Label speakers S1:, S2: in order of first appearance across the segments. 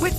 S1: With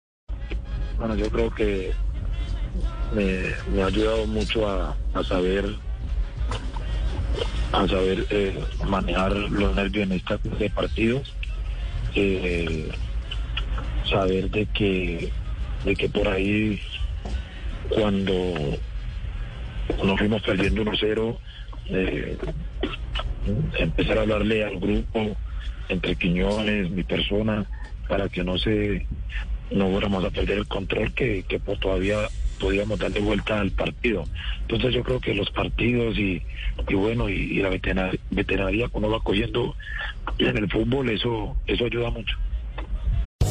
S2: Bueno, yo creo que me, me ha ayudado mucho a, a saber a saber eh, manejar los nervios en esta de partidos, eh, saber de que de que por ahí cuando nos fuimos perdiendo 1-0, eh, empezar a hablarle al grupo entre Quiñones, mi persona, para que no se no fuéramos a perder el control que, que pues, todavía podíamos darle vuelta al partido. Entonces yo creo que los partidos y, y bueno, y, y la veterinaria, veterinaria que uno va cogiendo en el fútbol, eso, eso ayuda mucho.